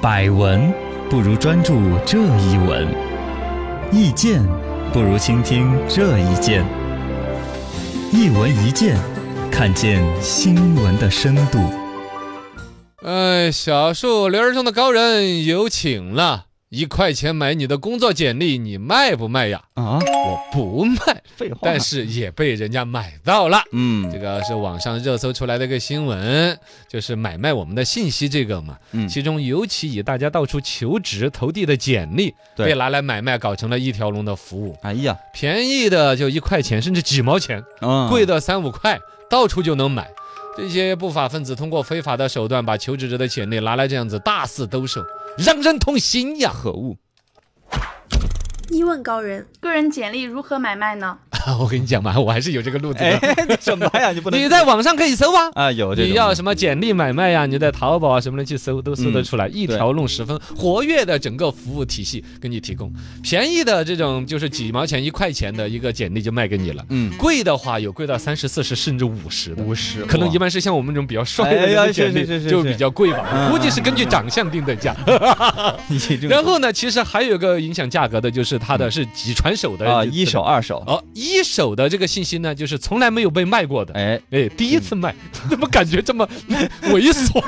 百闻不如专注这一闻，意见不如倾听这一见。一闻一见，看见新闻的深度。哎，小树留人中的高人有请了，一块钱买你的工作简历，你卖不卖呀？啊，我不卖，废话但是也被人家买到了。这嗯个是网上热搜出来的一个新闻，就是买卖我们的信息这个嘛。嗯其中尤其以大家到处求职投递的简历对被拿来买卖，搞成了一条龙的服务，哎呀，便宜的就一块钱，甚至几毛钱。嗯贵的三五块，到处就能买。这些不法分子通过非法的手段，把求职者的简历拿来这样子大肆兜售，让人痛心呀！可恶，一问高人，个人简历如何买卖呢？ 我跟你讲嘛，我还是有这个路子的。什么呀？你哎不你在网上可以搜啊。啊，有这种你要什么简历买卖呀、你在淘宝啊什么的去搜，都搜得出嗯来，一条龙十分活跃的整个服务体系给你提供。便宜的这种就是几毛钱、一块钱的一个简历就卖给你了，嗯贵的话有贵到三十、四十甚至五十的，五十，可能一般般是像我们这种比较帅哎的呀人的简是历是是是就比较贵吧嗯，估计是根据长相定的价。 你这种然后呢，其实还有一个影响价格的，就是它的是几传手的啊，就是一手二手，哦，一手的这个信息呢，就是从来没有被卖过的。哎哎，第一次卖， 怎么感觉这么猥琐？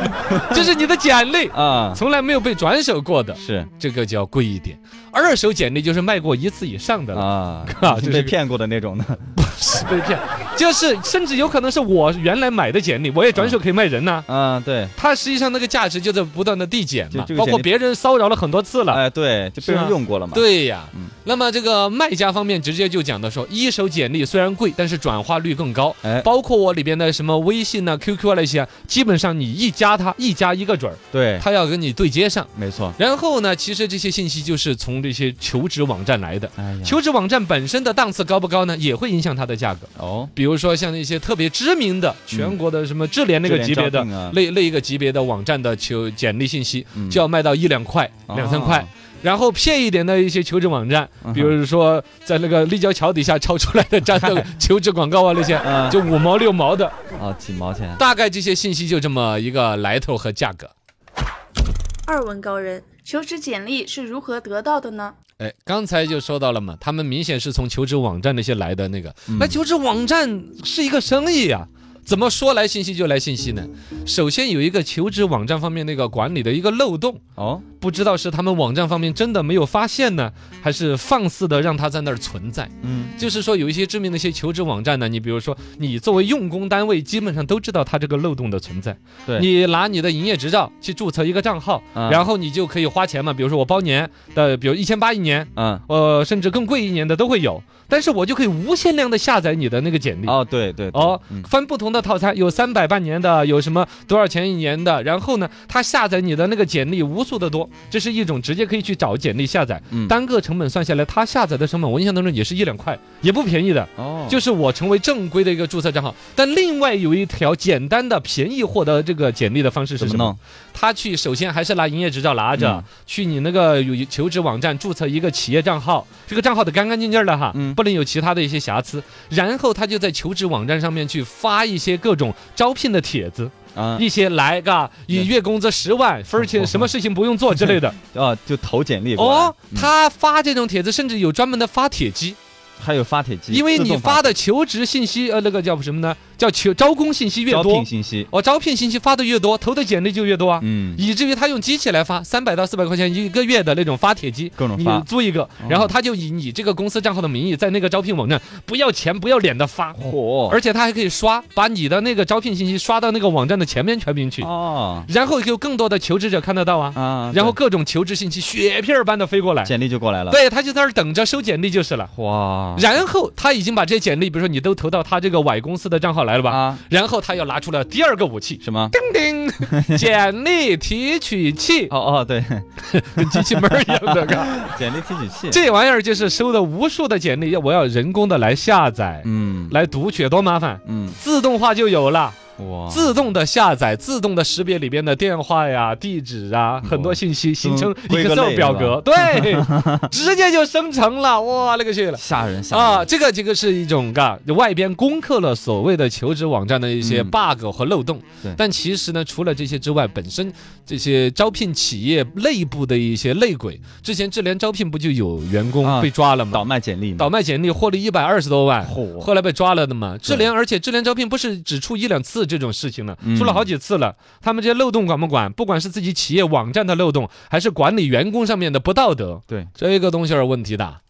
就是你的简历啊，从来没有被转手过的，是这个就要贵一点。二手简历就是卖过一次以上的了，啊 啊，这你是被个骗过的那种 的，是被骗，就是甚至有可能是我原来买的简历，我也转手可以卖人呐、啊，对，它实际上那个价值就在不断的递减嘛就这，个包简括历别人骚扰了很多次了。哎，对，就被是人啊用过了嘛，对呀嗯，那么这个卖家方面直接就讲到说，一手简历虽然贵，但是转化率更高哎。包括我里边的什么微信呐、QQ 啊那些啊，基本上你一加它，一加一个准儿，对，它要跟你对接上。没错，然后呢，其实这些信息就是从这些求职网站来的。哎呀，求职网站本身的档次高不高呢，也会影响它的价格。哦，比如说像那些特别知名的全国的什么智联那个级别的嗯智联招聘啊那那一个级别的网站的求简历信息嗯，就要卖到一两块、哦两三块。然后骗一点的一些求职网站嗯哼，比如说在那个立交桥底下抄出来的 站的求职广告啊那些嗯，就五毛六毛的，啊，几毛钱，大概这些信息就这么一个来头和价格。二问高人，求职简历是如何得到的呢？哎，刚才就说到了嘛，他们明显是从求职网站那些来的那个，嗯那求职网站是一个生意呀、怎么说来信息就来信息呢？首先有一个求职网站方面那个管理的一个漏洞，哦，不知道是他们网站方面真的没有发现呢，还是放肆的让它在那儿存在。嗯，就是说有一些知名的一些求职网站呢，你比如说你作为用工单位，基本上都知道它这个漏洞的存在。对你拿你的营业执照去注册一个账号，啊然后你就可以花钱嘛，比如说我包年的，比如一千八一年。嗯，呃，甚至更贵一年的都会有，但是我就可以无限量的下载你的那个简历。哦，对对，对哦嗯翻不同的套餐，有三百半年的，有什么多少钱一年的，然后呢，它下载你的那个简历无数的多，这是一种直接可以去找简历下载，嗯单个成本算下来，它下载的成本我印象当中也是一两块，也不便宜的。哦，就是我成为正规的一个注册账号，但另外有一条简单的便宜获得这个简历的方式是怎么什么？弄？他去首先还是拿营业执照拿着，嗯去你那个有求职网站注册一个企业账号，这个账号得干干净净的哈，嗯不能有其他的一些瑕疵。然后他就在求职网站上面去发一些各种招聘的帖子，啊一些来嘎，以月工资十万分儿钱，什么事情不用做之类 的。啊，就投简历过嗯来哦，嗯他发这种帖子，甚至有专门的发帖机，还有发帖机，因为自你动发发的求职信息，呃，那个叫什么呢？叫求招工信息越招多聘，信息，哦，招聘信息发的越多，投的简历就越多啊。嗯，以至于他用机器来发三百到四百块钱一个月的那种发帖机，各种你发，哦租一个，然后他就以你这个公司账号的名义，在那个招聘网站不要钱不要脸的发，嚯，而且他还可以刷，把你的那个招聘信息刷到那个网站的前面全屏去，哦然后有更多的求职者看得到啊，啊，然后对各种求职信息雪片儿般的飞过来，简历就过来了，哦对他就在那儿等着收简历就是了。哇，然后他已经把这些简历，比如说你都投到他这个外公司的账号来了吧，啊，然后他又拿出了第二个武器，什么？叮叮，简历提取器。哦哦，对， 跟机器门儿一样的，嘎简历提取器， 这玩意儿就是收的无数的简历，要我要人工的来下载、嗯来读取，多麻烦。嗯，自动化就有了，哇，自动的下载，自动的识别里边的电话呀、地址啊，哇很多信息形成哦归个类 Excel 表格，对， 直接就生成了，哇勒个去了！吓人吓啊，人，这个这个是一种嘎，外边攻克了所谓的求职网站的一些嗯 bug 和漏洞对，但其实呢，除了这些之外，本身这些招聘企业内部的一些内鬼。之前智联招聘不就有员工啊被抓了吗？倒卖简历嘛，倒卖简历获利一百二十多万，嚯后来被抓了的嘛。智联，而且智联招聘不是只出一两次这种事情了，嗯出了好几次了。他们这些漏洞管不管？不管是自己企业网站的漏洞，还是管理员工上面的不道德，对，这个东西儿问题大。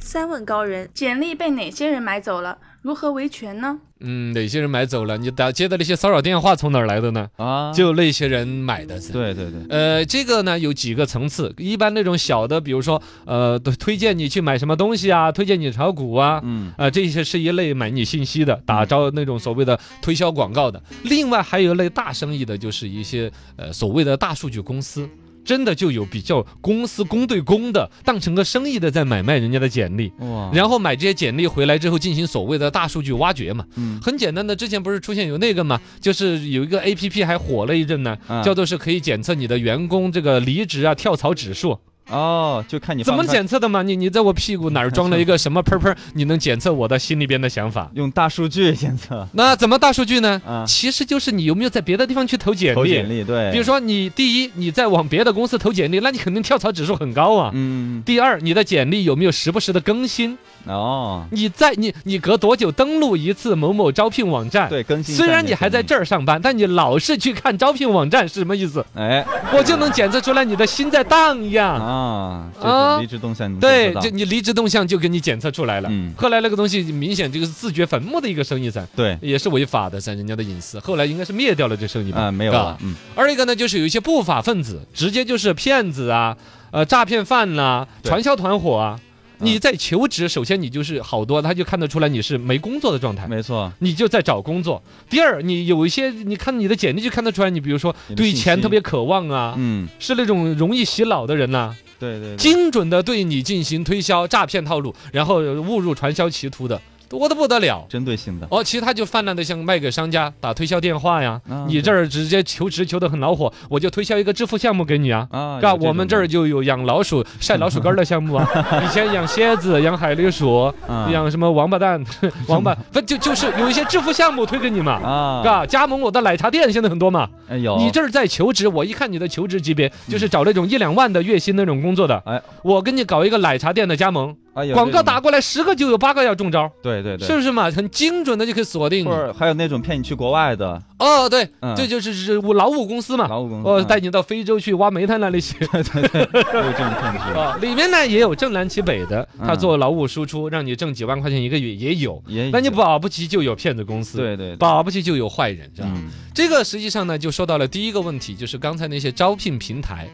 三问高人，简历被哪些人买走了？如何维权呢？嗯，哪些人买走了？你打接的那些骚扰电话从哪儿来的呢？啊，就那些人买的噻。对对对，呃，这个呢有几个层次，一般那种小的，比如说呃，推推荐你去买什么东西啊，推荐你炒股啊，嗯，啊，这些是一类买你信息的，打招那种所谓的推销广告的。另外还有一类大生意的，就是一些呃所谓的大数据公司。真的就有比较公司公对公的，当成个生意的在买卖人家的简历，哇，然后买这些简历回来之后进行所谓的大数据挖掘嘛。嗯很简单的，之前不是出现有那个嘛，就是有一个 A P P 还火了一阵呢嗯，叫做是可以检测你的员工这个离职啊、跳槽指数。哦，就看你怎放么不放检测的嘛？你你在我屁股哪儿装了一个什么喷喷，你能检测我的心里边的想法？ 用大数据检测那怎么大数据呢？啊，其实就是你有没有在别的地方去投简投历。简历，哎对，比如说你第一，你在往别的公司投简历，那你肯定跳槽指数很高啊。嗯，第二，你的简历有没有时不时的更新？哦，你在你你隔多久登录一次某某招聘网站？对，更新一下虽的简历。然你还在这儿上班，但你老是去看招聘网站是什么意思？哎 我就能检测出来你的心在荡漾。啊，这啊是离职动向，你对，就就你离职动向就给你检测出来了。嗯后来那个东西明显就是自掘坟墓的一个生意噻，对，也是违法的噻，人家的隐私。后来应该是灭掉了这生意吧？啊，没有啊了，。嗯，二一个呢，就是有一些不法分子，直接就是骗子啊，呃，诈骗犯呐、对传销团伙啊。嗯你在求职，首先你就是好多，他就看得出来你是没工作的状态，没错，你就在找工作。第二，你有一些，你看你的简历就看得出来，你比如说你的对信钱息特别渴望啊，嗯，是那种容易洗脑的人呐、对对对，精准的对你进行推销、诈骗套路，然后误入传销歧途的，多的不得了。针对性的，哦，其他就泛滥的像卖给商家打推销电话呀，啊你这儿直接求职求得很恼火，我就推销一个致富项目给你啊。啊，嘎，有我们这种儿就有养老鼠、晒老鼠干儿的项目啊， 以前养蝎子、养海狸鼠、的啊养什么王八 蛋、王八，不就就是有一些致富项目推给你嘛。啊，嘎，加盟我的奶茶店现在很多嘛。哎有嗯你这儿在求职，我一看你的求职级别就是找那种一两万的月薪那种工作的。哎我跟你搞一个奶茶店的加盟，啊有广这告种打过来十个就有八个要中招，对对对，是不是嘛？很精准的就可以锁定你或。者还有那种骗你去国外的，哦，对，嗯，这就是是我劳务公司嘛。劳务公司，哦，嗯带你到非洲去挖煤炭那里去 对对对，有这种骗局，啊，里面呢也有正南其北的，他嗯做劳务输出，让你挣几万块钱一个月也有。也那你有保不齐就有骗子公司，，对对对，保不齐就有坏人，是吧？嗯这个实际上呢，就说到了第一个问题，就是刚才那些招聘平台。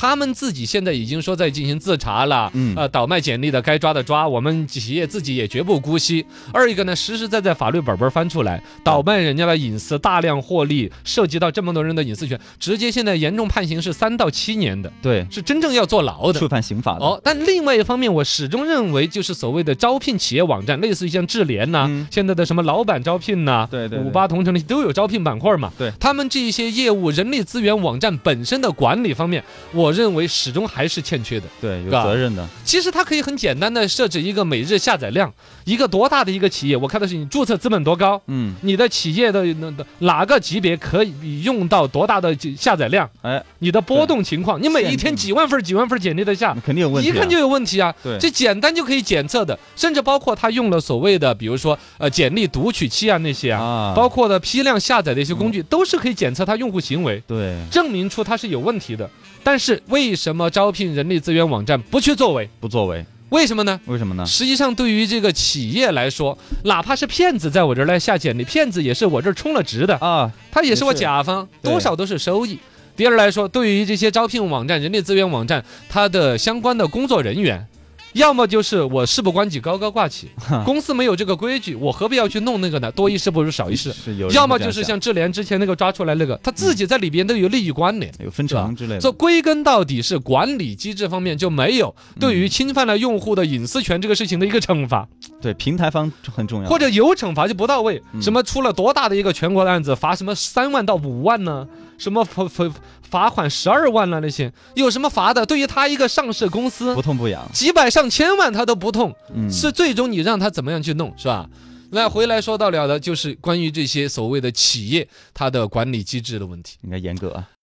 他们自己现在已经说在进行自查了，嗯呃，倒卖简历的该抓的抓，我们企业自己也绝不姑息。二一个呢，实实在在法律本本翻出来，倒卖人家的隐私，大量获利，涉及到这么多人的隐私权，直接现在严重判刑是三到七年的，对，是真正要坐牢的触。犯刑法的，哦，但另外一方面，我始终认为就是所谓的招聘企业网站，类似于像智联呐、嗯现在的什么老板招聘呐、对对对五八同城那些都有招聘板块嘛。对他们这一些业务、人力资源网站本身的管理方面，我认为始终还是欠缺的。对，有嘎责任的，其实它可以很简单的设置一个每日下载量，一个多大的一个企业，我看的是你注册资本多高。嗯，你的企业的那的哪个级别可以用到多大的下载量？哎，你的波动情况，你每一限天定几万份儿、几万份儿简历的下，肯定有问题一啊，看就有问题啊！对这简单就可以检测的，甚至包括他用了所谓的，比如说呃简历读取器啊那些啊，啊，嗯包括的批量下载的一些工具，都是可以检测他用户行为，对，证明出他是有问题的。但是为什么招聘人力资源网站不去作为？不作为，为什么呢？为什么呢？啊实际上，对于这个企业来说，哪怕是骗子在我这儿来下简历，骗子也是我这儿充了值的，啊，他也是我也是甲方，对多少都是收益。第二来说，对于这些招聘网站、人力资源网站，它的相关的工作人员，要么就是我事不关己高高挂 起，公司没有这个规矩，我何必要去弄那个呢？多一事不如少一事。是有人会这样想，要么就是像智联之前那个抓出来那个，他自己在里边都有利益关联。有分成之类的，所以归根到底是管理机制方面就没有嗯对于侵犯了用户的隐私权这个事情的一个惩罚，对，平台方很重要，或者有惩罚就不到位，啊嗯什么出了多大的一个全国的案子，罚什么三万到五万呢？什么罚罚罚款十二万了那些，有什么罚的？对于他一个上市公司不，痛不痒，几百上千万他都不痛，嗯，是最终你让他怎么样去弄，是吧？那回来说到了的就是关于这些所谓的企业它的管理机制的问题。应该严格啊。